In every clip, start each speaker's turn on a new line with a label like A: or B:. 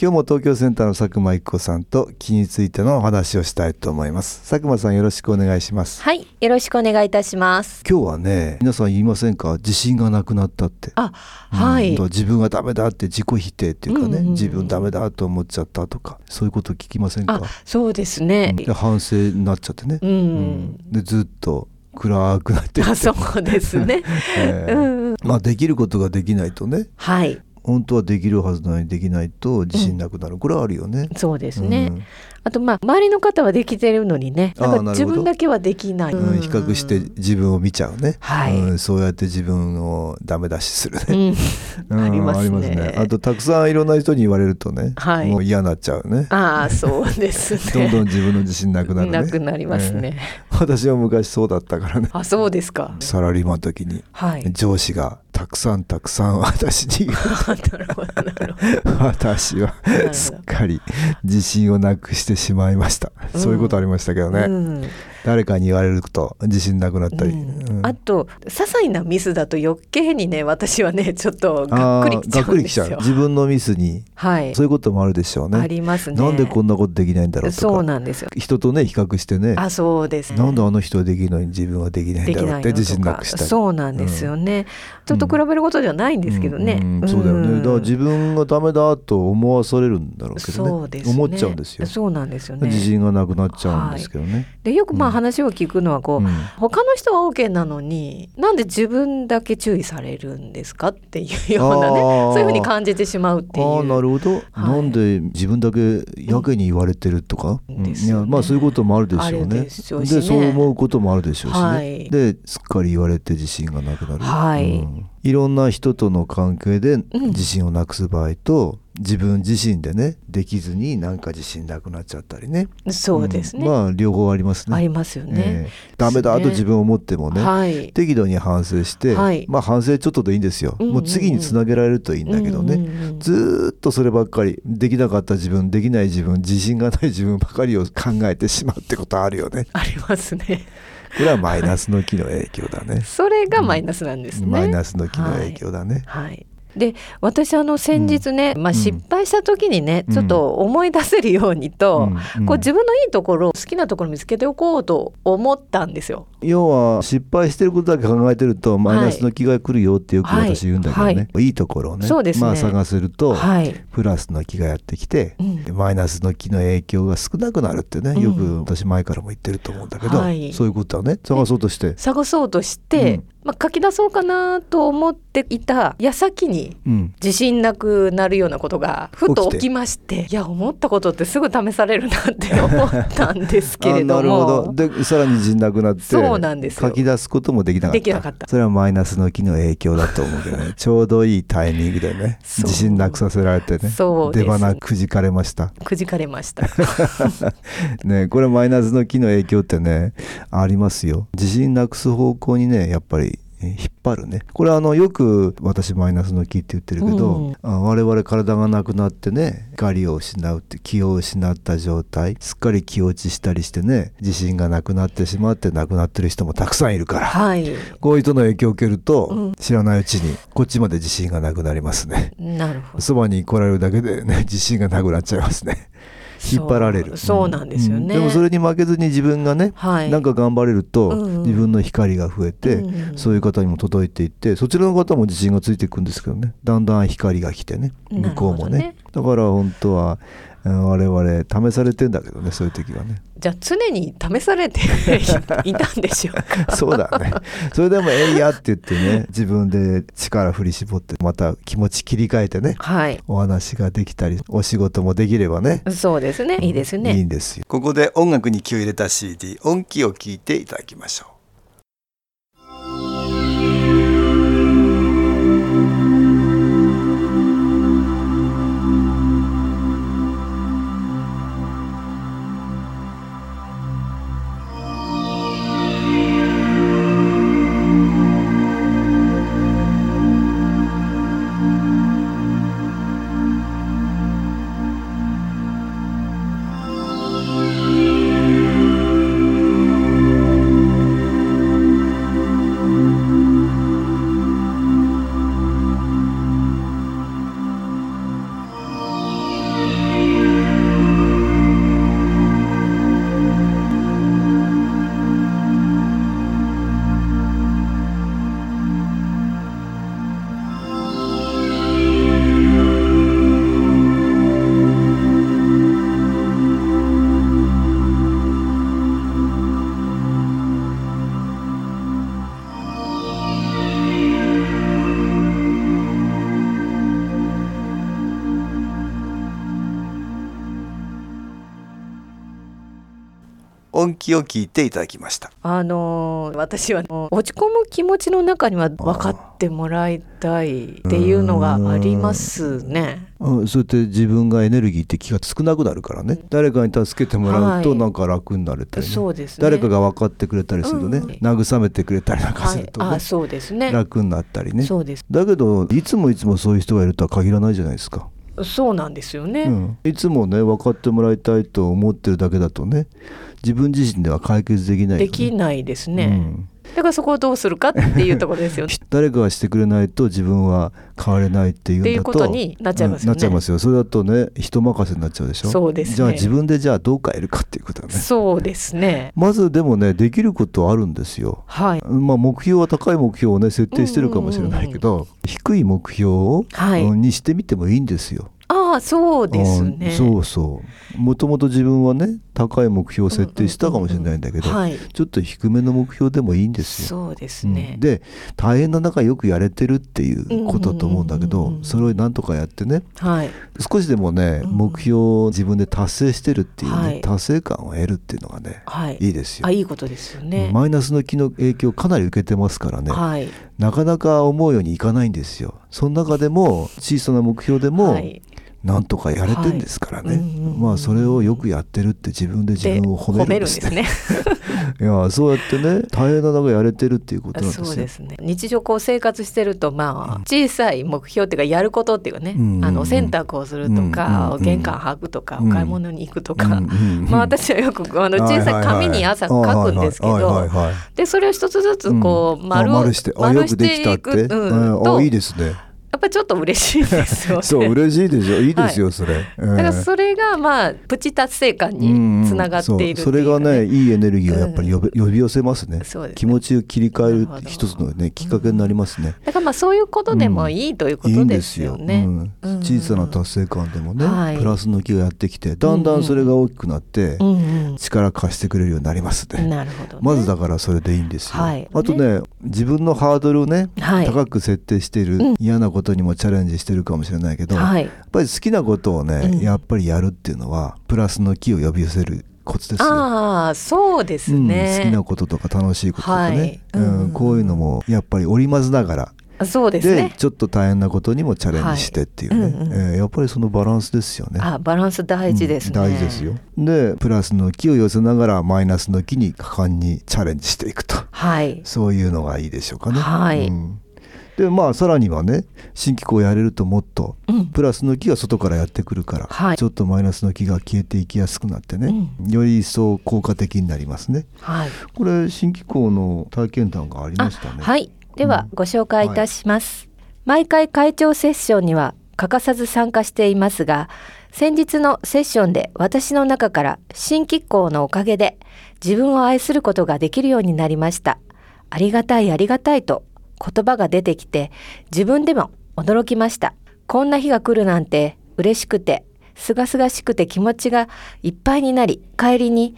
A: 今日も東京センターの佐久間一子さんと気についてのお話をしたいと思います佐久間さんよろしくお願いします
B: はい、よろしくお願いいたします。
A: 今日はね皆さん言いませんか自信がなくなったって
B: あ、はい。
A: うん自分がダメだって自己否定っていうかね、
B: うんうんうん
A: 自分ダメだと思っちゃったとかそういうこと聞きませんか
B: あ、そうですね
A: うん。で反省になっちゃってね、
B: うん。
A: うんでずっと暗くなって
B: あ、そうですね。
A: え ーまあできることができないとね
B: はい、
A: 本当はできるはずなのにできないと自信なくなる、これはあるよね。
B: そうですね。
A: うん
B: あとまあ周りの方はできてるのにね、
A: あー
B: なんか
A: なるほど
B: 自分だけはできない。
A: うん比較して自分を見ちゃうね、
B: はい
A: うんそうやって自分をダメ出しする
B: う
A: ね、
B: ん。
A: うん
B: ありますね
A: あとたくさんいろんな人に言われるとね、
B: はい
A: もう嫌になっちゃうね
B: あー、そうです ね。
A: どんどん自分の自信なくなるね
B: なくなりますね。
A: え ー私は昔そうだったからね
B: あ、そうですか。
A: サラリーマンの時に
B: はい。
A: 上司がたくさんたくさん私に
B: なるほど、なるほど。
A: 私は
B: るほど
A: すっかり自信をなくしてしまいました、
B: うん
A: そういうことありましたけどね、
B: うん
A: 誰かに言われると自信なくなったり、
B: う
A: うん
B: ん、あと些細なミスだと余計にね私はねちょっとがっくりきち
A: あー
B: ゃうんです
A: がっくりきちゃう。
B: よ
A: 自分のミスに
B: はい
A: そういうこともあるでしょうね
B: ありますね。
A: なんでこんなことできないんだろうとか
B: そうなんですよ。
A: 人とね比較してね
B: あ、そうです、ね。
A: なんであの人はできるのに自分はできないん
B: で
A: だ
B: き
A: ろう
B: な
A: っ
B: い
A: て
B: の
A: 自
B: と
A: 信な
B: か
A: くしたり
B: そうなんですよね、人と比べることじゃないんですけどね、
A: うんうんそうだよねだから自分がダメだと思わされるんだろうけどね
B: そうですね
A: 思っちゃうんですよ
B: そうなんですよね
A: 自信がなくなっちゃうんですけどね、
B: でよくま
A: う
B: あ
A: ん
B: 話を聞くのはこ
A: う
B: う、
A: ん
B: 他の人は OK なのになんで自分だけ注意されるんですかっていうようなね
A: あー
B: そういうふうに感じてしまうってい
A: ああ
B: う
A: なるほど、なんで自分だけやけに言われてるとか、
B: うん
A: うん
B: で
A: い
B: すよ
A: や
B: ね
A: まあそういうこともあるでしょう
B: ある
A: ね
B: でしょうしね
A: そう思うこともあるでしょうしね、
B: はい
A: ですっかり言われて自信がなくなる、
B: はい
A: うんいろんな人との関係で自信をなくす場合と、自分自身でねできずになんか自信なくなっちゃったりね
B: そうですね、
A: んまあ両方ありますね
B: ありますよね、
A: ええダメだと自分を思ってもね、
B: はい
A: 適度に反省して、
B: はい
A: まあ反省ちょっとでいいんですよ、
B: うんうんうん
A: もう次につなげられるといいんだけどね、
B: うんうんうん
A: ずーっとそればっかりできなかった自分できない自分自信がない自分ばかりを考えてしまうってことあるよね
B: ありますね
A: これはマイナスの気の影響だね
B: それがマイナスなんですね、
A: マイナスの気の影響だね、
B: はい。で私あの先日ね、まあ、失敗した時にね、
A: うん
B: ちょっと思い出せるようにと、
A: うん
B: こう自分のいいところ好きなところ見つけておこうと思ったんですよ。
A: 要は失敗してることだけ考えてるとマイナスの気が来るよってよく
B: はい
A: 私言うんだけどね、い、いところをね
B: そうですね
A: まあ探せると、
B: はい、
A: プラスの気がやってきて、
B: う
A: マイナスの気の影響が少なくなるってねよく私前からも言ってると思うんだけど、
B: はい
A: そういうことはね探そうとして、
B: 探そうとして、
A: うん
B: まあ、書き出そうかなと思っていた矢先に
A: うん、
B: 自信なくなるようなことがふ
A: 起
B: と
A: きて
B: 起きましていや思ったことってすぐ試されるなって思ったんですけれど
A: あなるほ
B: も。
A: どでさらに自信なくなって
B: そうなんですよ
A: 書き出すこともできなかった
B: できなかった
A: それはマイナスの気の影響だと思うけど ねちょうどいいタイミングでね
B: そう
A: 自信なくさせられてね
B: そうで
A: 出
B: す
A: 花くじかれました
B: くじかれました。
A: ねこれマイナスの気の影響ってねありますよ自信なくす方向にねやっぱりえー引っ張るねこれあのよく私マイナスの気って言ってるけど、
B: うん
A: あ我々体がなくなってね光を失うって気を失った状態すっかり気落ちしたりしてね自信がなくなってしまって亡くなってる人もたくさんいるから、
B: はい
A: こういう人の影響を受けると、
B: うん
A: 知らないうちにこっちまで自信がなくなりますね
B: なるほど
A: そばに来られるだけでね 自信がなくなっちゃいますね引っ張られる
B: そうそうなんですよね、
A: うんでもそれに負けずに自分がね、
B: はい
A: なんか頑張れると、
B: うんうん
A: 自分の光が増えて、
B: うんうん
A: そういう方にも届いていってそちらの方も自信がついていくんですけどねだんだん光が来てね
B: なる
A: 向こ
B: ほ
A: うも
B: ど
A: ね
B: ね
A: だから本当は、えうん我々試されてんだけどねそういう時は ね
B: じゃあ常に試されていたんでしょ うか
A: そうだねそれでも「えいや」って言ってね自分で力振り絞ってまた気持ち切り替えてね
B: はい
A: お話ができたりお仕事もできればね
B: そうですねいいです
A: いい
B: ね
A: んですよ
C: ここで音楽に気を入れた CD 音気を聞いていただきましょう音気を聞いていただきました
B: あのー私はもう落ち込む気持ちの中には分かってもらいたいっていうのがありますね。
A: うん、そうやって自分がエネルギーって気が少なくなるからね誰かに助けてもらうと
B: はい
A: なんか楽になれたりね、
B: そうですね。
A: 誰かが分かってくれたりするとね、
B: うん
A: 慰めてくれたりなんか
B: は
A: す
B: い
A: るとね、
B: あそうですね。
A: 楽になったりね
B: そうです。
A: だけどいつもいつもそういう人がいるとは限らないじゃないですか、
B: そうなんですよね。
A: うん、いつもね分かってもらいたいと思ってるだけだとね自分自身では解決できないよね、
B: できないです
A: う
B: ね、
A: ん
B: だからそこをどうするかっていうところですよ ね。
A: 誰かがしてくれないと自分は変われないっていうんだと
B: っていうことになっちゃいま
A: う
B: すよね
A: んなっちゃいますよそれだとね人任せになっちゃうでしょ
B: そうですね
A: じゃあ自分でじゃあどう変えるかっていうことだね
B: そうですね。
A: まずでもねできることはあるんですよ
B: はい。
A: まあ目標は高い目標をね設定してるかもしれないけど、低い目標を、
B: はい
A: うんにしてみてもいいんですよ。
B: ああ、そうです
A: うん
B: ね。
A: そうそう。もともと自分はね高い目標を設定したかもしれないんだけど、
B: はい。
A: ちょっと低めの目標でもいいんですよ。
B: そうです
A: う
B: ね
A: ん。で大変な中よくやれてるっていうことだと思うんだけど、
B: うんうんうんうん
A: それをなんとかやってね
B: はい。
A: 少しでもね、
B: うん
A: 目標を自分で達成してるっていう、ね
B: はい
A: 達成感を得るっていうのがね
B: はい。
A: いいですよ
B: あ、。いいことですよね。
A: マイナスの気の影響をかなり受けてますからね、
B: はい。
A: なかなか思うようにいかないんですよその中でも小さな目標でも
B: はい。
A: なんとかやれてんですからね、
B: はいうんうんうん
A: まあそれをよくやってるって自分で自分を褒めるん
B: で
A: ですね
B: ね。
A: いやそうやってね大変な中やれてるっていうことなんですよ
B: そうですね日常こう生活してるとまあ小さい目標っていうかやることっていうかね、
A: うん
B: あの洗濯をするとか、
A: うん
B: 玄関履くとか、
A: うん
B: お買い物に行くと
A: うん
B: か、
A: うんうん
B: まあ私はよくあの小さい紙に朝書くんですけ
A: はいはい
B: ど
A: はいはいはいはいはい
B: でそれを一つずつこう
A: うん
B: 丸を、
A: あしてあよくできたって、
B: 丸していくう
A: うん
B: ん、
A: あ
B: と
A: いい
B: や
A: です ね
B: っぱりちょっと嬉しいですよ ね。
A: そう嬉しいでしょいいですよ、それ、うん
B: だからそれがまあプチ達成感
A: うんうん
B: につながっているっていうか、
A: そうそれがねいいエネルギーをやっぱり呼び,、呼び寄せますね
B: そうですね
A: 気持ちを切り替
B: な
A: え
B: るほ
A: る
B: ど
A: 一つのねきっかけになりますね、
B: だからまあそういうことでもいいというこ
A: いい
B: と
A: ん
B: で
A: です
B: す
A: よ
B: よね。
A: う
B: うんんうん
A: 小さな達成感でもね、
B: はい
A: プラスの気がやってきてだんだんそれが大きくなって、
B: うん
A: 力貸してくれるようになります
B: うん、
A: ね
B: なるほど、ね。
A: まずだからそれでいいんですよ、
B: はい
A: あとね自分のハードルをね、
B: はい
A: 高く設定している、嫌なことにもチャレンジしてるかもしれないけど、
B: はい
A: やっぱり好きなことをね、
B: うん
A: やっぱりやるっていうのはプラスの気を呼び寄せるコツですよ
B: ああそうです
A: うん、好きな
B: ね。
A: こととか楽しいこととかね、
B: はい
A: うん
B: うん
A: こういうのもやっぱり織り交ぜながら
B: そうですね。
A: ちょっと大変なことにもチャレンジしてっていうね、
B: はいうんうん
A: えーやっぱりそのバランスですよね。
B: あバランス大事ですね。
A: うん大事ですよ。でプラスの気を寄せながらマイナスの気に果敢にチャレンジしていくと
B: はい。
A: そういうのがいいでしょうかね。
B: はい
A: うんでまあさらにはね新機構をやれるともっと
B: うん
A: プラスの気が外からやってくるから、
B: はい
A: ちょっとマイナスの気が消えていきやすくなってね、より一層効果的になりますね。
B: はい。
A: これ新機構の体験談がありましたね。
B: はい。で
A: う
B: は
A: ん
B: ご紹介いたします。毎回会長セッションには欠かさず参加していますが、先日のセッションで私の中から新機構のおかげで自分を愛することができるようになりました。ありがたいありがたいと言葉が出てきて自分でも驚きました。こんな日が来るなんて嬉しくてすがすがしくて気持ちがいっぱいになり、帰りに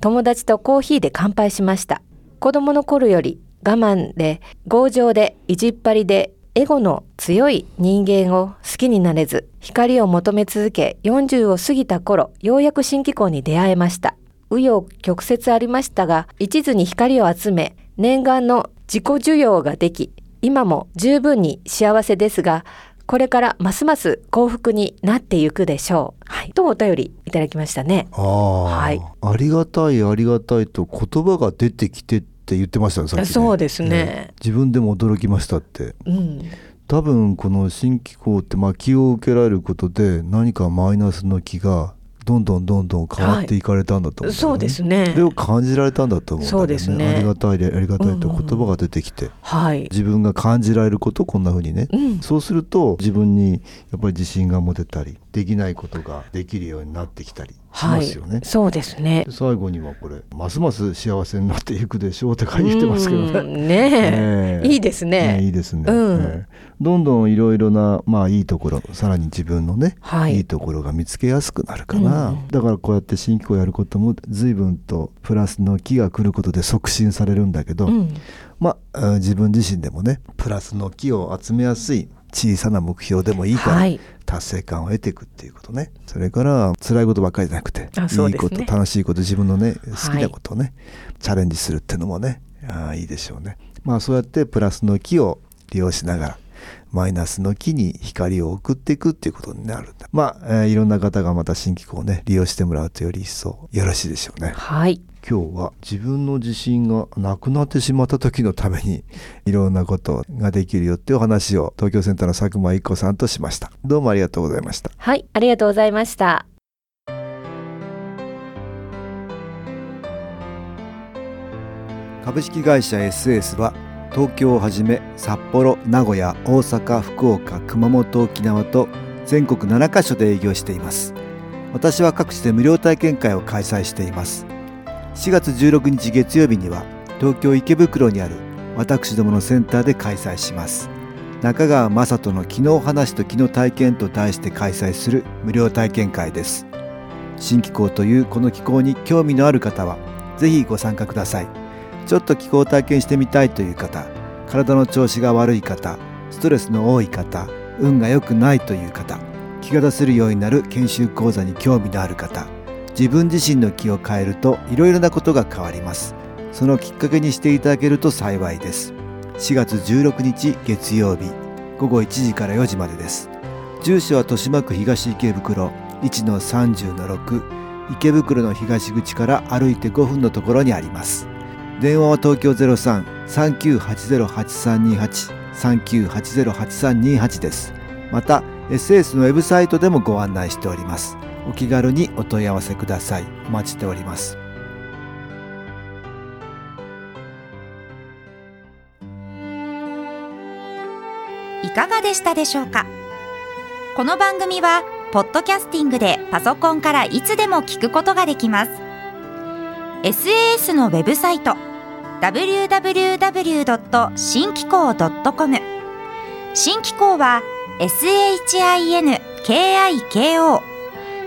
B: 友達とコーヒーで乾杯しました。子供の頃より我慢で、強情で、意地っ張りで、エゴの強い人間を好きになれず、光を求め続け、40を過ぎた頃、ようやく新機構に出会えました。紆余曲折ありましたが、一途に光を集め、念願の自己需要ができ、今も十分に幸せですが、これからますます幸福になってゆくでしょう。はい、とお便りいただきましたね。
A: ああ、
B: はい
A: ありがたいありがたいと言葉が出てきてって言ってましたねさっきね
B: そうですね
A: 自分でも驚きましたって
B: うん、
A: 多分この新機構ってまあ気を受けられることで何かマイナスの気がどんどんどんどん変わっていかれたんだと思うんだよね、
B: そうですね
A: それ。を感じられたんだと思うんだけど
B: そうですね
A: ありがたいありがたいと言葉が出てきて、
B: はい。
A: 自分が感じられることをこんな風にね、
B: うん、
A: そうすると自分にやっぱり自信が持てたりできないことができるようになってきたりし
B: は
A: ま
B: い
A: すよね。
B: そうですね
A: で。最後にはこれますます幸せになっていくでしょうって書いてますけど
B: う
A: ね。
B: んね
A: え
B: え、いいですね。
A: いいですね。
B: うん
A: ええどんどんいろいろなまあいいところさらに自分のね、、
B: はいい
A: いところが見つけやすくなるかな、
B: うん
A: だからこうやって新規をやることも随分とプラスの気が来ることで促進されるんだけど、
B: うん、
A: まあえー自分自身でもねプラスの気を集めやすい小さな目標でもいいから、
B: はい
A: 達成感を得ていくっていうことねそれから辛いことばっかりじゃなくて、
B: あそう
A: いい
B: ですね
A: こと楽しいこと自分のね
B: い
A: 好きなことをね、チャレンジするっていうのもねあーいいでしょうね。まあそうやってプラスの木を利用しながらマイナスの木に光を送っていくっていうことになるんだまあ、えーいろんな方がまた新機構をね利用してもらうとより一層よろしいでしょうね。
B: はい。
A: 今日は自分の自信がなくなってしまった時のためにいろんなことができるよっていうお話を東京センターの佐久間一子さんとしましたどうもありがとうございました
B: はい、ありがとうございました。
C: 株式会社 SS は東京をはじめ札幌名古屋大阪福岡熊本沖縄と全国7カ所で営業しています私は各地で無料体験会を開催しています4月16日月曜日には東京池袋にある私どものセンターで開催します中川雅人の昨日話と昨日体験と題して開催する無料体験会です新機構というこの機構に興味のある方はぜひご参加くださいちょっと気候を体験してみたいという方体の調子が悪い方ストレスの多い方運が良くないという方気が出せるようになる研修講座に興味のある方自分自身の気を変えるといろいろなことが変わりますそのきっかけにしていただけると幸いです4月16日月曜日午後1時から4時までです住所は豊島区東池袋1-30-6池袋の東口から歩いて5分のところにあります電話は東京ゼロ三三九八ゼロ八三二八三九八ゼロ八三二八です。また SS のウェブサイトでもご案内しております。お気軽にお問い合わせください。お待ちしております。
D: いかがでしたでしょうかこの番組はポッドキャスティングでパソコンからいつでも聞くことができます SAS のウェブサイト www. 機構 .com 新機構は SHINKIKO